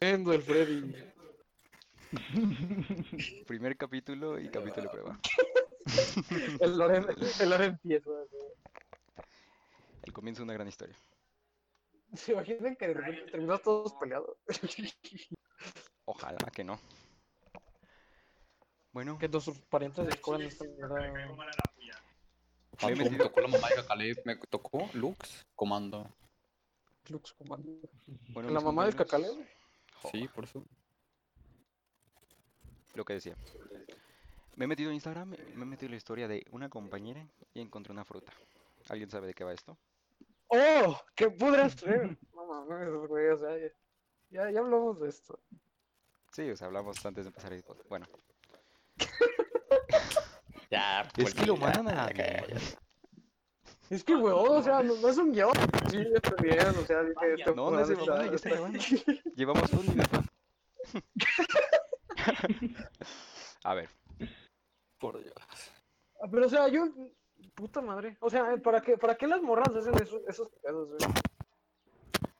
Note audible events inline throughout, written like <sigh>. Tremendo el Freddy. Primer capítulo y capítulo de prueba. El Loren, el Loren empieza. güey. El comienzo de una gran historia. ¿Se imaginan que de repente terminamos todos peleados? Ojalá que no. Bueno, Que nuestros parientes descubran esta mierda. me he Phantom, me metido- tocó la mamá de Caleb, me tocó Lux, comando. Lux Comando. bueno, ¿La mis mamá del compañeros, cacaleo? Sí, por eso. Lo que decía. Me he metido en Instagram, me he metido en la historia de una compañera y encontré una fruta. ¿Alguien sabe de qué va esto? ¡Oh! ¡Qué podrás ser! No mames, güey, o sea, ya- ya, ya hablamos de esto. Sí, o sea, hablamos antes de empezar el podcast. Bueno, Ya, es que lo mandan a la la Es que, güey, o sea, no, no es un guión. Sí, está bien, o sea, dije... esto No, no es de podrá mamá, ya está estar- grabando. Llevamos un minuto. <laughs> <laughs> a ver, Por Dios. Ah, Pero, o sea, yo... Puta madre. O sea, ¿para qué, para qué las morras hacen esos, esos pedos, güey?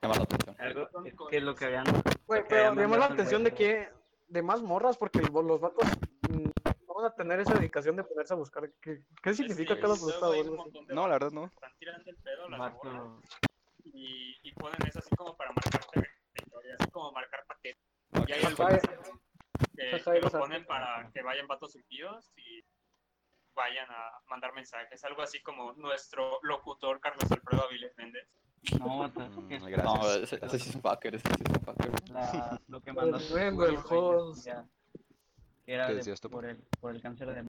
Llama la atención. Algo que es lo que habían. Güey, Ok, pero Amanda, llamó la tú atención de puedes. que de más morras, porque los los vatos mm, no van a tener esa dedicación de ponerse a buscar. ¿Qué, qué significa cada fruta o algo así? no, la verdad no. Están tirando el pedo las morras Vato. y, y ponen eso así como para marcar territorio, así como marcar paquetes. Y hay Ay, algunos que, Ajá, que lo o sea. ponen para que vayan vatos surgidos y vayan a mandar mensajes. Algo así como nuestro locutor Carlos Alfredo Aviles Méndez. No, vato, eso Mm, que es gracias. No, ese, ese sí es un fucker, ese sí es un fucker. la- lo que mandó. su Tremendo güey, el güey, host. ya, Que era ¿Qué de- decías tú, por, el, por el cáncer de.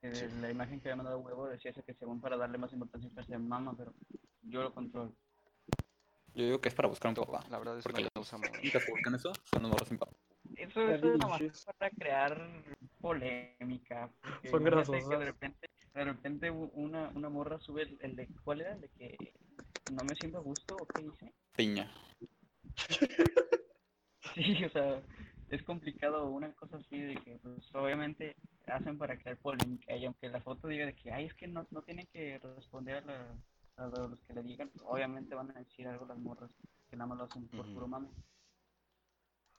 que Sí. La imagen que había mandado huevo decía eso que según para darle más importancia a de mama, pero yo lo controlo. Yo digo que es para buscar un papá. La verdad es que Porque no las la usamos. únicas que buscan eso son los morros sin papá. Eso, Ya eso es nada más dices. para crear polémica. porque Son imagínate que grasosas. De repente, de repente u- una, una morra sube el, el de. ¿Cuál era? El de que no me siento a gusto o qué dice. Piña. Sí, o sea, es complicado una cosa así de que, pues, obviamente hacen para crear polémica y aunque la foto diga de que, ay, es que no, no tienen que responder a, la- a lo- los que le digan, obviamente van a decir algo las morras que nada más lo hacen por Ujú. puro mame.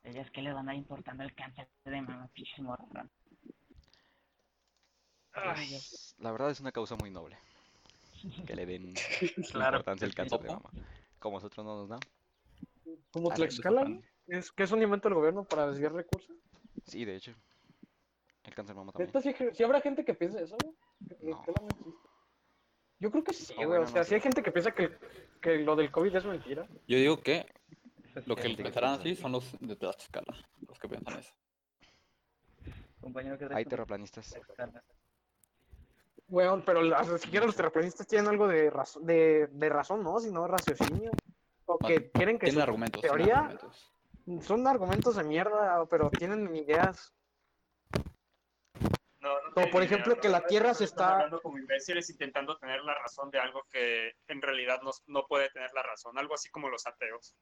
Ellas que le van a ir importando el cáncer de mama, pinche morra. rara. Ay, Dios. Es- La verdad es una causa muy noble. Que le den Claro, importancia al porque- cáncer de ¿Ojo? mama. Como a nosotros no nos dan. Como Ah, Tlaxcala, no, ¿no? es que es un invento del gobierno para desviar recursos. Sí, de hecho. El cáncer de mama también. Neta, sí, sí habrá gente que piensa eso, güey. Que No. Tlaxcala no existe. Yo creo que sí, Ah, güey. bueno, o sea, no sí sé. hay gente que piensa que, que lo del COVID es mentira. Yo digo que eso es lo que Gente que pensarán piensa. así son los de Tlaxcala, los que piensan eso. compañero que Hay traes con- terraplanistas. Weón, pero las, siquiera los terraplanistas tienen algo de, razo- de, de razón, ¿no? Si no, raciocinio. O que quieren que Tienen su- argumentos. tienen teoría- argumentos. son argumentos de mierda, pero tienen ideas No, no Como tienen por idea, ejemplo que la Tierra se Están está- hablando como imbéciles intentando tener la razón de algo que en realidad no, no puede tener la razón. Algo así como los ateos.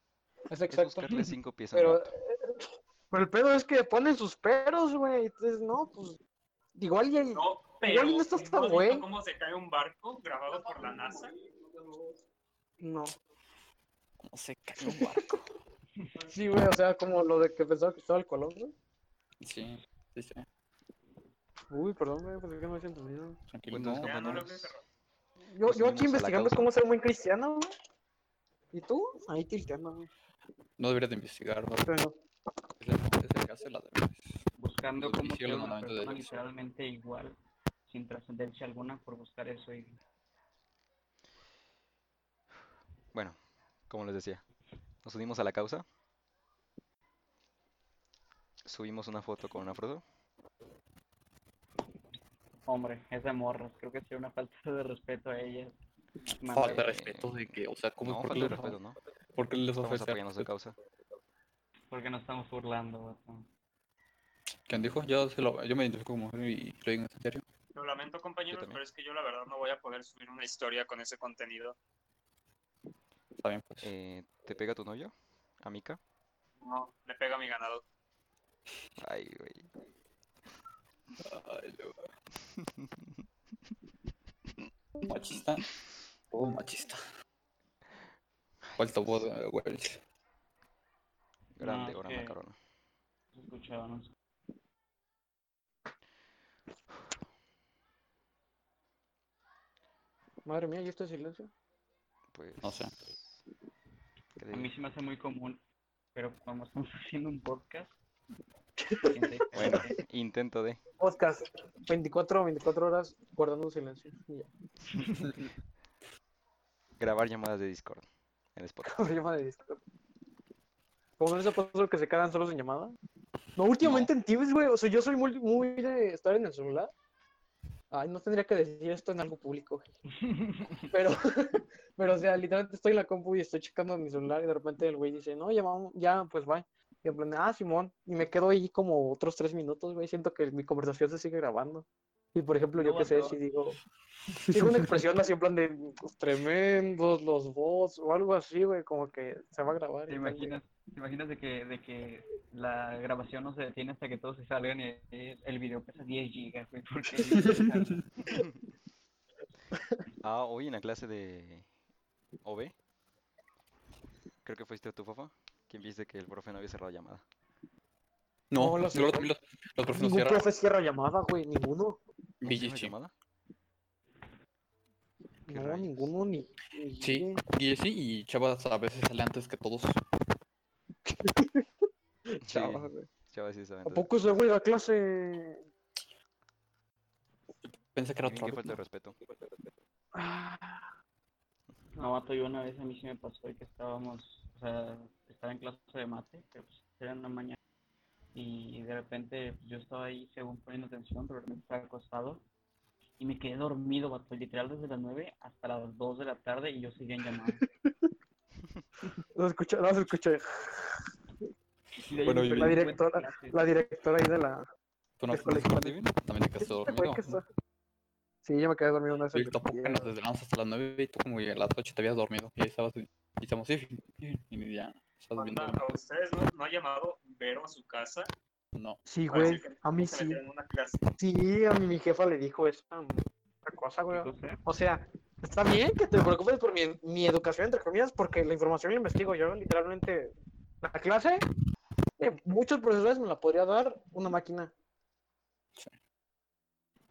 Es Es exacto. buscarle cinco pies a un Pero, gato. <laughs> pero el pedo es que ponen sus peros, güey. Entonces, no, pues. Igual y. No, pero. Igual y no estás ¿no tan has güey. visto ¿Cómo se cae un barco grabado por la NASA? No. ¿Cómo se cayó un barco? Sí, güey, o sea, como lo de que pensaba que estaba el Colón, güey. Sí, sí, sí. Uy, perdón, güey, pensé que no había entendido. Tranquilo, Cuéntanos, Pues, no. Ya, no lo compañeros. creo. Yo, Pues yo aquí unimos a la investigando causa. cómo ser buen cristiano, güey. ¿Y tú? Ahí tilteando, güey. No deberías de investigar, ¿no? Pero, Es el es el caso de las demás. buscando cómo Hicieron crear un una momento de persona ellos. literalmente igual, sin trascendencia alguna por buscar eso y Bueno, como les decía, nos unimos a la causa. Subimos una foto con una foto. Hombre, es de morras. Creo que sería una falta <laughs> de respeto a ellas. Falta de Eh, respeto de que, o sea, ¿cómo No, por falta qué de les, respeto, ¿no? por qué les Estamos ofrece apoyando su respeto? causa. Porque nos estamos burlando, vato. ¿Quién dijo? Yo, se lo- yo me identifico como mujer y lo digo en serio. Lo lamento, compañeros, también. pero es que yo la verdad no voy a poder subir una historia con ese contenido. Está bien, pues. Eh, ¿te pega tu novio? ¿Amica? No, le pega a mi ganado. Ay, güey. Ay, lo- machista. Todo machista. Falta voz de Wells. Grande, No, ahora que- macarona. se escuchaba, no sé. Madre mía, ¿y esto es silencio? Pues. No sé. ¿qué A mí de- se me hace muy común, pero como estamos <laughs> haciendo un podcast, quién sabe. Bueno, intento de. Podcast, 24 24 horas guardando silencio. Y ya. Grabar llamadas de Discord <laughs> en Spotify. Como llama de Discord. ¿Cómo no les ha pasado que se quedan solos en llamada? No, últimamente en Tibes, güey. O sea, yo soy muy, muy de estar en el celular. Ay, no tendría que decir esto en algo público, <laughs> güey. Pero, pero, o sea, literalmente estoy en la compu y estoy checando mi celular y de repente el güey dice, no, ya vamos, ya, pues va. Y en plan, ah, Simón. Y me quedo ahí como otros tres minutos, güey. Siento que mi conversación se sigue grabando. Y por ejemplo, yo No, qué sé, no. si digo, digo una expresión así en plan de tremendos los bots o algo así, güey, como que se va a grabar. <laughs> ¿Te y tal, güey. imaginas, te imaginas de, que, de que la grabación no se detiene hasta que todos se salgan y el, el video pesa 10 gigas, güey? Porque Ah, hoy en la clase de OB. Creo que fuiste tu papá quien viste que el profe no había cerrado llamada. No, No, lo los, sé. los, los, los profes no Pues Ningún cierran. profe cierra llamada, güey, ninguno. ¿Cómo se Guille, llama sí. llamada? Qué No, rayos. ninguno ni. ni Sí, Guille sí, y Chavas a veces sale antes que todos. qué Sí, chavas, güey. Chava sí sabe. ¿A entonces, poco ese güey da clase? Pensé que era también otro. qué falta de alumno. respeto. Ah, No, mato, yo una vez a mí sí me pasó que estábamos, o sea, estaba en clase de mate, que pues, era en la mañana, y de repente pues, yo estaba ahí según poniendo atención, pero realmente estaba acostado, y me quedé dormido, vato, literal desde las 9 hasta las 2 de la tarde, y yo seguía en llamada. No escuché, no se escucha. Y de ahí Bueno, me y- perdí La cuenta directora- de clases. La directora ahí de la. ¿Tú no Híjole, fuiste ¿cuál? divino? También te <laughs> quedaste Este güey dormido. que está- Sí, yo me quedé dormido una vez. Yo en y tampoco Turquía. nos desvelamos hasta las 9 y tú como que a las 8 te habías dormido. Y ahí estabas, y estamos, sí, sí, y ya. Estás viendo. Banda, ¿A ustedes no, no ha llamado Vero a su casa? No. Sí, Para güey, decir que a mí se sí. metieron en una clase. Sí, a mí mi jefa le dijo esa esa cosa, güey. Entonces, O sea, está bien que te preocupes por mi, mi educación, entre comillas, porque la información la investigo yo, literalmente. La clase, de muchos profesores me la podría dar una máquina.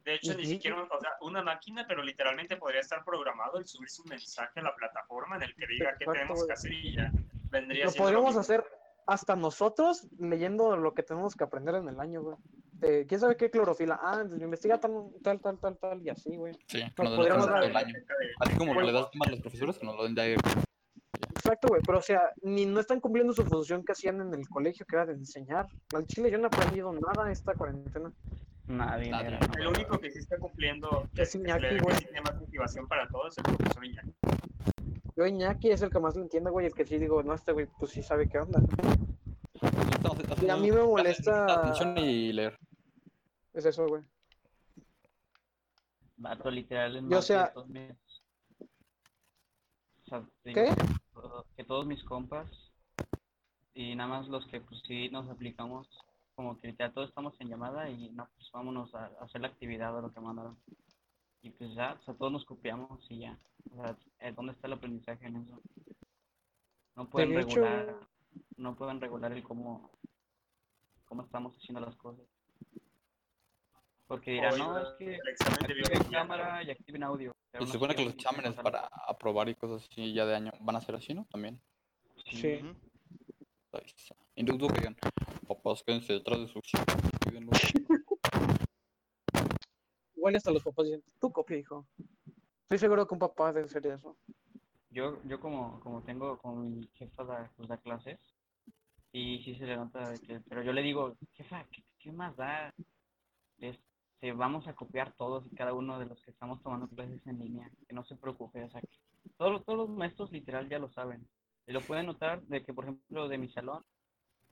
De hecho, ni Ujú. siquiera o sea, una máquina, pero literalmente podría estar programado el subir su mensaje a la plataforma en el que diga qué Exacto, tenemos güey. que hacer y ya. Vendría Lo siendo podríamos mismo. hacer hasta nosotros leyendo lo que tenemos que aprender en el año, güey. De, ¿Quién sabe qué clorofila? Ah, pues investiga tal, tal, tal, tal, tal, y así, güey. Sí, No, nos Pues, podríamos desvelamos dar- todo el año. Así como le das tema a los profesores, que nos lo den de Exacto, güey, pero o sea, ni no están cumpliendo su función que hacían en el colegio, que era de enseñar. Al chile yo no he aprendido nada esta cuarentena. nadie Nadie. era, El único que sí está cumpliendo Es es que Iñaki, le- que güey. sí tiene más motivación para todos el profesor Iñaki. Yo Iñaki es el que más lo entiende, güey, el que sí digo, no, este güey, pues sí sabe qué onda. Estamos- estamos Y a mí me haciendo molesta- Atención y leer. Es eso, güey. Vato, literal, en Yo, o Marte, sea- todos mis- o sea, te ¿Qué? digo todo- que todos mis compas y nada más los que pues sí nos aplicamos, como que ya todos estamos en llamada y no, pues vámonos a, a hacer la actividad o lo que mandaron. Y pues ya, o sea, todos nos copiamos y ya. O sea, eh, ¿dónde está el aprendizaje en eso? No pueden hecho- regular, no pueden regular el cómo, cómo estamos haciendo las cosas. Porque dirán, Hoy, no, es eh, que el examen de activen biología, cámara y activen audio. pero Y no se supone que los activan, no exámenes salen. para aprobar y cosas así ya de año van a ser así, ¿no? También. Sí. Ujú. Ahí está. Y no dudo que digan, papás, quédense detrás de su Igual hasta los papás dicen, tú copia, hijo. Estoy seguro que un papá debe ser eso. Yo, yo como, como tengo con mi jefa da, pues, da clases, y sí se levanta de que, pero yo le digo, jefa, ¿qué, qué más da? Este, vamos a copiar todos y cada uno de los que estamos tomando clases en línea, que no se preocupe, o sea, que todos, los- todos los maestros literal ya lo saben. Y lo pueden notar de que, por ejemplo, de mi salón,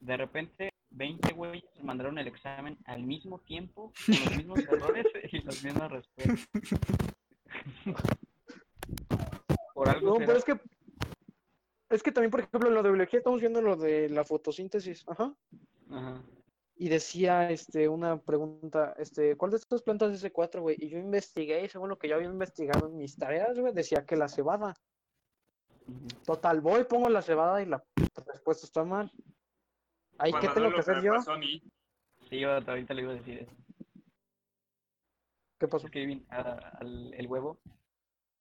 de repente 20 güeyes mandaron el examen al mismo tiempo, con <laughs> los mismos errores y las mismas respuestas. Por algo No, será. pero es que. Es que también, por ejemplo, en lo de biología estamos viendo lo de la fotosíntesis. Ajá. Ajá. Y decía este, una pregunta, este, ¿cuál de estas plantas es C4, güey? Y yo investigué, y según lo que yo había investigado en mis tareas, güey, decía que la cebada. Ujú. Total, voy, pongo la cebada y la respuesta está mal. Ay, ¿qué Cuando tengo lo que hacer me yo? pasó a mí, Sí, yo ahorita le iba a decir eso. ¿Qué pasó? Es que bien, a- al el huevo.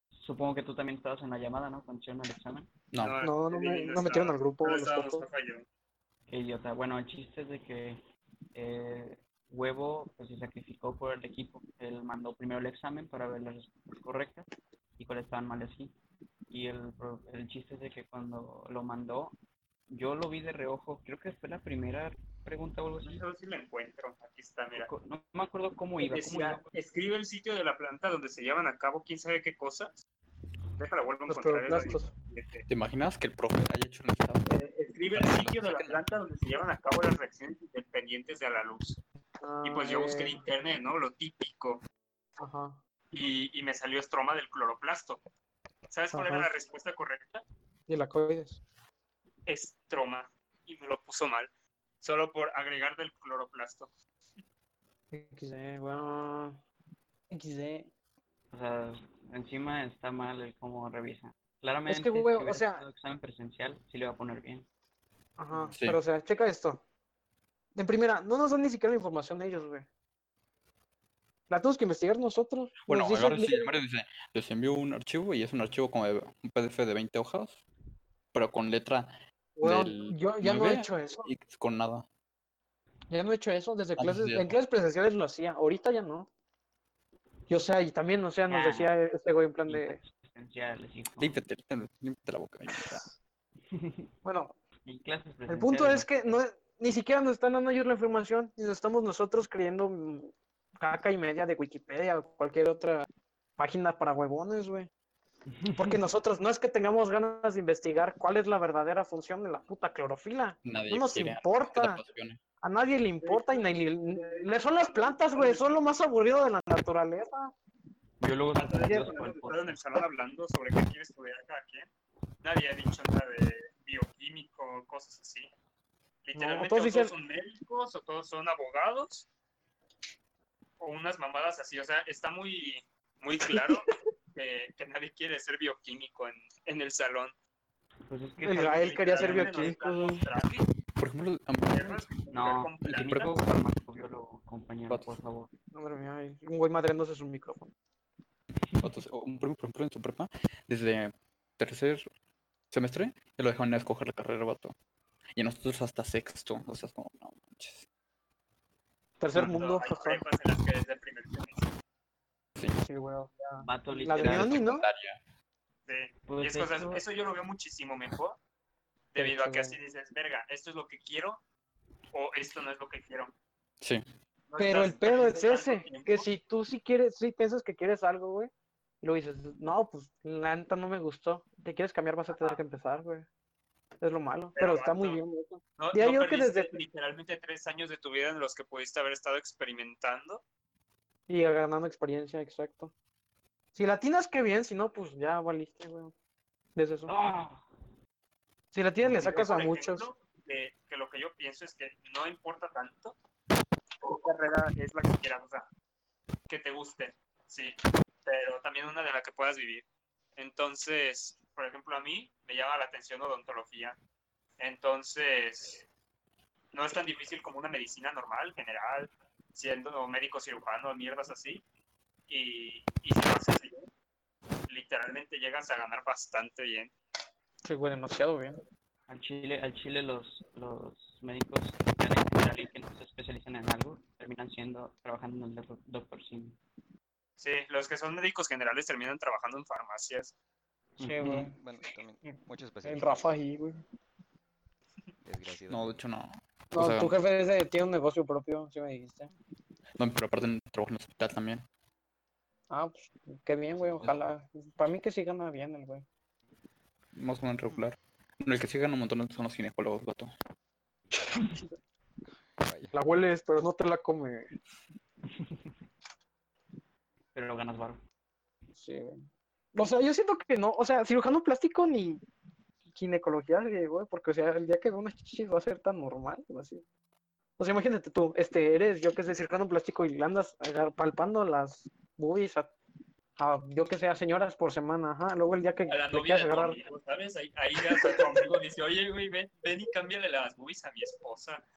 Supongo que tú también estabas en la llamada, ¿no? Cuando hicieron el examen. No. No, no sí, me- no metieron al grupo, no los estábamos, fotos. Rafa y yo. Qué idiota. Bueno, el chiste es de que eh, Huevo pues, se sacrificó por el equipo. Él mandó primero el examen para ver las respuestas correctas y cuáles estaban mal así. Y el, pro- el chiste es de que cuando lo mandó, yo lo vi de reojo. Creo que fue la primera pregunta o algo así. Vamos a ver si lo encuentro. Aquí está, mira. Co- No me acuerdo cómo iba. cómo Decía, iba. escribe el sitio de la planta donde se llevan a cabo quién sabe qué cosas. Déjala, vuelvo a Los encontrar. el cloroblastos. gabinete. ¿Te imaginas que el profe haya hecho un Pues examen? Eh, Escribe el sitio de la planta donde se llevan a cabo las reacciones independientes de la luz. Y pues yo busqué en Eh, internet, ¿no? Lo típico. Ajá. Y, y me salió estroma del cloroplasto. ¿Sabes cuál era Ajá. la respuesta correcta? Y la coides. Estroma. Y me lo puso mal. Solo por agregar del cloroplasto. XD, bueno. XD. O sea, encima está mal el cómo revisa. Claramente, güey, o hubiera sea- sido examen presencial, sí le va a poner bien. Ajá. Mm, Sí. Pero, o sea, checa esto. De primera, no nos dan ni siquiera la información de ellos, güey. La tenemos que investigar nosotros. Nos Bueno, dice- ahora sí, Mario dice, les envío un archivo y es un archivo como de un PDF de 20 hojas, pero con letra Bueno, del yo ya no he nueve. hecho eso. y con nada. Ya no he hecho eso. Desde Ah, sí, clases, cierto. en clases presenciales lo hacía. Ahorita ya no. Y o sea, y también, o sea, nos Ah. Ya. decía este güey en plan Y de. Presenciales, hijo. Límpiate, límpiate, límpiate la boca. idiota. Bueno, Y clases El punto es presenciales, que no, ni siquiera nos están dando ellos la información, y nos estamos nosotros creyendo mm, caca y media de Wikipedia o cualquier otra página para huevones, güey. Porque nosotros no es que tengamos ganas de investigar cuál es la verdadera función de la puta clorofila. Nadie No nos quiere importa. que te apasione. A nadie le importa y ni- ni- le son las plantas, güey, son lo más aburrido de la naturaleza. ¿no? Yo luego Hasta ayer, sorprendidos cuando por el estaba en el podcast. salón hablando sobre qué quiere estudiar cada quien, nadie ha dicho nada de bioquímico, cosas así. Literalmente, todos o todos dicen- son médicos, o todos son abogados, o unas mamadas así. O sea, está muy, <laughs> muy claro que, que nadie quiere ser bioquímico en, en el salón. Pues es que El tal- Gael quería ser Literalmente nos bioquímico, están güey. mostrando Por ejemplo, a mí- tierras que tienen que ver No, con el plantas. químico farmacobiólogo, compañero, Patos. por favor. Madre mía, ay, un güey madreándose su micrófono. Entonces, o un primo, por ejemplo, en su prepa, desde tercer semestre, ya lo dejaban escoger la carrera, vato. Y a nosotros hasta sexto. O sea, es como, no manches. Tercer Cuando mundo, pues, hay jaja. prepas en las que desde el primer semestre, Sí, güey, o sea, Vato La de Era literal. Leoni, ¿no? secundaria. sí. Y Pues es cosas- eso- eso yo lo veo muchísimo mejor, debido a que así Excelente. dices, verga, esto es lo que quiero o esto no es lo que quiero. Sí. No Pero el estás pedo es perdiendo tanto ese, que tiempo. si tú sí quieres, sí piensas que quieres algo, güey, y luego dices, no, pues la neta no me gustó, te quieres cambiar vas a tener que empezar, güey. Es lo malo, pero, Pero, está muy vato, bien. güey. No, diría no yo que perdiste desde- literalmente tres años de tu vida en los que pudiste haber estado experimentando. Y ganando experiencia, exacto. Si la tienes, qué bien, si no, pues ya valiste, güey. Desde eso. ¡Ah! Si la tienes, le Yo, sacas a por muchos. ejemplo, de- que lo que yo pienso es que no importa tanto qué carrera es la que quieras, o sea, que te guste, sí, pero también una de la que puedas vivir. Entonces, por ejemplo, a mí me llama la atención odontología. Entonces, no es tan difícil como una medicina normal, general, siendo médico cirujano, mierdas así. Y, y si lo haces bien, literalmente llegas a ganar bastante bien. Sí, güey, demasiado bien. Al Chile, al Chile los, los médicos ya en general y que no se especializan en algo terminan siendo, trabajando en el doc- doctor Sim. Sí, los que son médicos generales terminan trabajando en farmacias. Sí, güey. Bueno, también. Muchos El especiales. Rafa ahí, güey. Desgraciado. No, de hecho, no. No, O sea- tu jefe es de- tiene un negocio propio, sí me dijiste. No, pero aparte trabajo en el hospital también. Ah, pues qué bien, güey, ojalá. Para mí que sí gana bien el güey. Más o menos regular. Bueno, el que sí gana un montón son los ginecólogos, vato. Vaya. La hueles, pero no te la come. Pero ganas barro. Sí, güey. O sea, yo siento que no, o sea, cirujano plástico ni ginecología, eh, güey, porque o sea, el día que veo una chichis va a ser tan normal, o así. O sea, imagínate tú, este, eres, yo que sé, cirujano plástico y le andas agar- palpando las boobies a a, yo que sea, señoras por semana, ajá. Luego el día que A la le novia quieras de tu agarrar. amigo, ¿sabes? Ahí, ahí hasta tu amigo dice, oye, güey, ven, ven y cámbiale las boobies a mi esposa.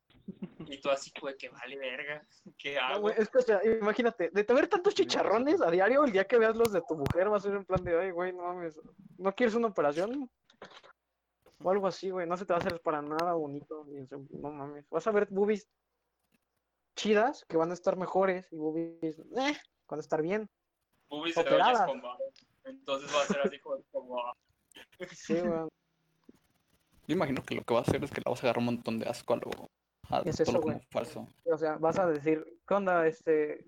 Y tú así, güey, que vale verga, ¿qué No, hago? güey, es que, o sea, imagínate, de tener tantos chicharrones a diario, el día que veas los de tu mujer va a ser en plan de, ay, güey, no mames, ¿no quieres una operación? O algo así, güey, no se te va a hacer para nada bonito, ni en su- no mames. Vas a ver boobies chidas que van a estar mejores y boobies, eh, van a estar bien. Boobies de doñas operadas. con varo. Entonces va a ser así como, como Sí, güey, Yo imagino que lo que va a hacer es que la vas a agarrar un montón de asco a lo, a ¿Qué es todo lo eso, güey? como falso. o sea, vas a decir, ¿qué onda, este,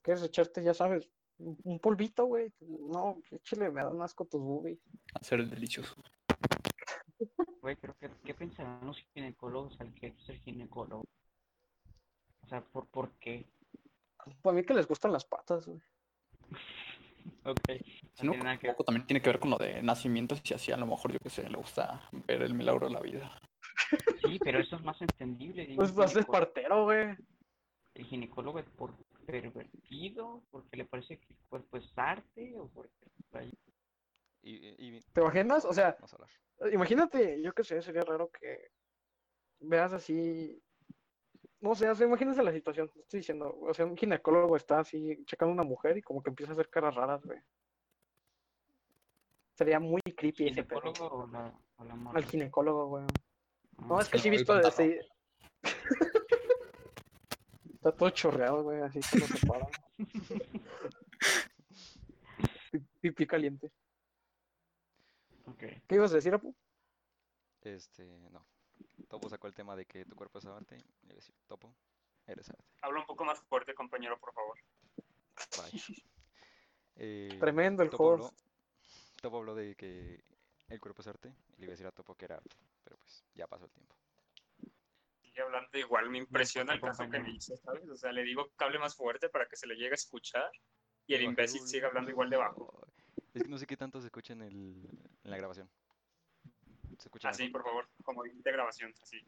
quieres echarte, ya sabes, un un polvito, güey? No, qué chile, me dan asco tus boobies. Hacer delicioso. Güey, creo que, ¿qué pensarán los ginecólogos al que es el ginecólogo? O sea, ¿por, por qué? Para Pues mí que les gustan las patas, güey. Ok. Si no, tiene nada que poco también tiene que ver con lo de nacimientos y así a lo mejor yo que sé, le gusta ver el milagro de la vida. ver. Sí, pero eso es más entendible. digo, Pues un vas a ser ginecó- partero, güey. El ginecólogo es por pervertido, porque le parece que el cuerpo es arte, o porque... Y, y- y ¿Te imaginas? O sea, vamos a hablar. imagínate, yo qué sé, sería raro que veas así. No sé, o sea, imagínense la situación. Estoy diciendo, o sea, un ginecólogo está así checando a una mujer y como que empieza a hacer caras raras, güey. Sería muy creepy ese pedo. ginecólogo o la, o la morra? Al ginecólogo, güey. Ah, No, es que sí, sí he güey, visto con de tarro. sí. <laughs> Está todo chorreado, güey, así como se para. Pi- Pipí caliente. ok. ¿Qué ibas a decir, Apu? Este, no. Topo sacó el tema de que tu cuerpo es arte. Y yo decía, Topo, eres arte. Habla un poco más fuerte, compañero, por favor. Bye. Eh, Tremendo el Topo juego. habló, Topo habló de que el cuerpo es arte. Y le iba a decir a Topo que era arte. Pero pues ya pasó el tiempo. Y hablando igual, me impresiona el caso que me compañero. hizo, ¿sabes? O sea, le digo que hable más fuerte para que se le llegue a escuchar y el Bajé imbécil volumen. sigue hablando igual de bajo. Es que no sé qué tanto se escucha en, el, en la grabación. Se escucha Así, mejor. por favor, como de grabación, así.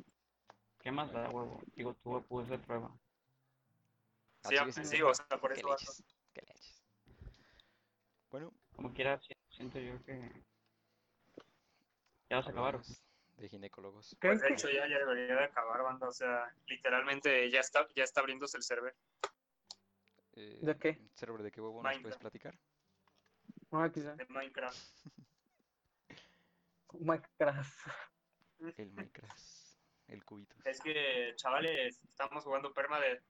¿Qué más da, huevo? Digo, tú puedes de prueba. Ah, Sí, sigue sí, siendo- sí, o sea, por qué eso bajo. leches, qué leches. Bueno, Como quiera, si- siento yo que... Ya vas a acabar. hablamos de ginecólogos. ¿Creen <laughs> Pues, de que- hecho, ya, ya debería de acabar, banda. O sea, literalmente ya está, ya está abriéndose el server. Eh, ¿De qué? Cerebro, ¿de qué huevo nos puedes Minecraft. platicar? Ah, quizá. de Minecraft. Minecraft. <laughs> El Minecraft. El cubitos. Es que, chavales, estamos jugando perma de.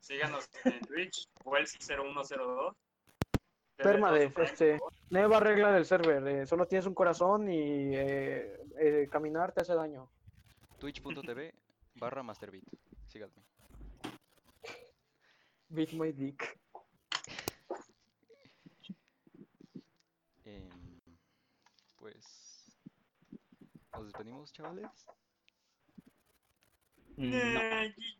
Síganos <laughs> en Twitch, Wells0102. Perma de este, nueva regla del server, eh, solo tienes un corazón y eh, eh, caminar te hace daño. Twitch.tv barra Masterbeat. Síganme. Beat my dick. Em, pues. Nos despedimos, chavales. No. Eh, GG.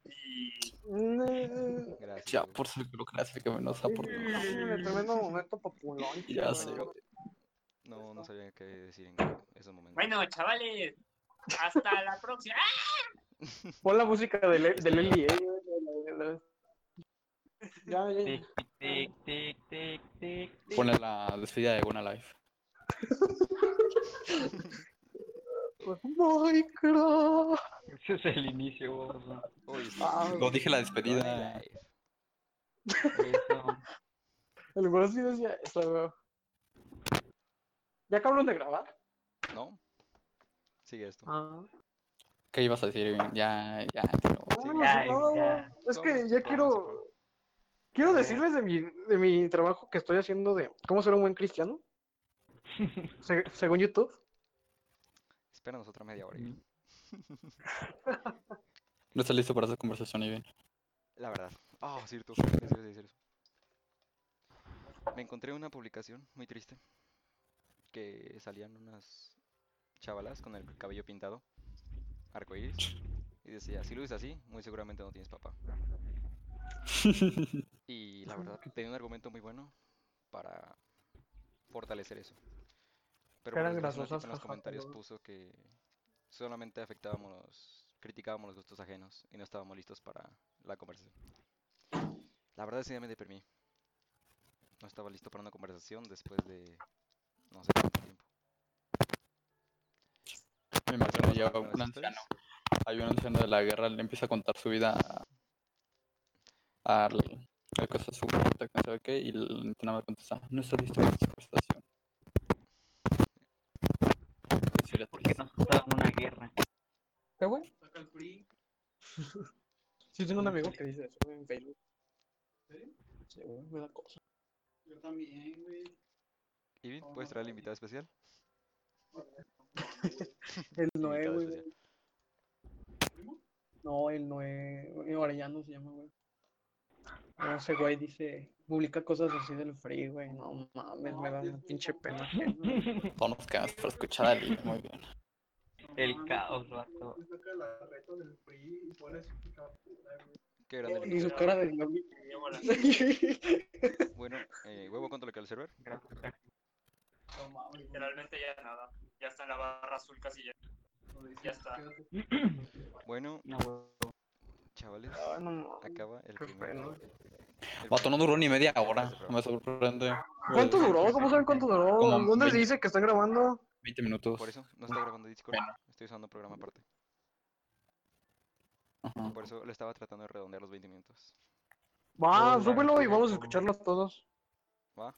Mm, Gracias. Ya, güey. por ser que lo creas, que menos ha por sí, sí, en el mm, tremendo momento populón. <laughs> Ya güey. sé. No, no sabía qué decir en esos momentos. Bueno, chavales, hasta la <laughs> próxima. Pon la música del de Leli. eh, güey, la- la- la- E. Ya, ya, ya. Tic, tic, tic, tic, tic, <laughs> tic. Ponle la despedida de Buena Life. Minecraft. Ese es el inicio, huevo. Uy, sí, Ah, Lo dije la despedida. Live. Eso. El güey sí decía eso, güey. ¿Ya acabaron de grabar? ¿No? Sigue esto. Ah. ¿Qué ibas a decir? Irving? Ya, ya. pero- No, Sí, no, ya, no, ya. Es que Vamos, ya vamos, quiero. vamos. Quiero Ya. decirles de mi, de mi trabajo que estoy haciendo de cómo ser un buen <laughs> cristiano. Se- según YouTube. Espéranos otra media hora. Irving. No estás listo para esa conversación, Iván. La verdad. Ah, cierto. Gracias, gracias, gracias. Me encontré una publicación muy triste que salían unas chavalas con el cabello pintado, arcoíris, y decía, si luces así, muy seguramente no tienes papá. Y la verdad, tenía un argumento muy bueno para fortalecer eso. Pero por Caras desgracia, grasosas, una tipa en los jaja, comentarios lol. puso que solamente afectábamos, criticábamos los gustos ajenos y no estábamos listos para la conversación. La verdad, sí me deprimí. No estaba listo para una conversación después de no sé cuánto tiempo. Me Ahorita imagino vamos a ya hablar con un las anciano. historias. Hay un anciano de la guerra, le empieza a contar su vida a- al al cosa su que no sabe qué, y el anciano me contesta, no estoy listo para esta conversación. Eso sería Porque triste. nos causaron una guerra. ¿Qué, güey? Sí, tengo un amigo que dice eso güey, en Facebook. Sí, güey, me da cosa. Yo también, güey. Ivy, ¿puedes traer al invitado especial? El Noé, Invitado güey. especial. No, el Noé. güey, Orellano se llama, güey. No sé, güey, dice. Publica cosas así del free, güey. No mames, me da una pinche pena. <laughs> ajena, güey. Todos nos quedamos para escuchar y muy bien. El caos, vato. Tú sacas la reta del PRI y pones Qué grande <laughs> el Y su cara de. <laughs> invitado. Bueno, eh, huevo, ¿cuánto le queda al server? Gracias. no mames, güey, Literalmente ya nada. Ya está en la barra azul casi ya. lo dices, Ya está. quédate. Bueno, No, huevo. chavales, Ah, no mames. acaba el qué primer... pena. el Vato, no primer- duró ni media el hora, primer no me sorprende. ¿Cuánto Pues, duró? ¿Cómo saben cuánto duró? Como ¿Dónde se 20. dice que está grabando? 20 minutos. Por eso, no está grabando Discord, estoy usando un programa aparte. Ajá. Por eso le estaba tratando de redondear los 20 minutos. Va, Todo súbelo y largo, vamos a todo. escucharlo todos. ¿Va?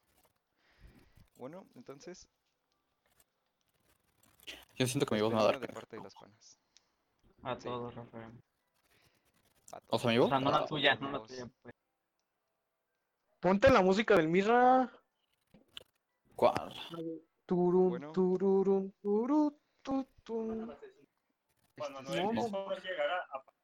Bueno, entonces, Yo siento que mi voz me va a despedida dar. de parte de las panas. A Sí. todos, Rafael. A O todos, sea, mi O voz. sea, no la todos, tuya, no la todos. tuya. pues. Ponte la música del Mirra. ¿Cuál? Turum, Bueno. tururum, turu, tu, tum. Cuando Este, no, Noel no. Discord llegara a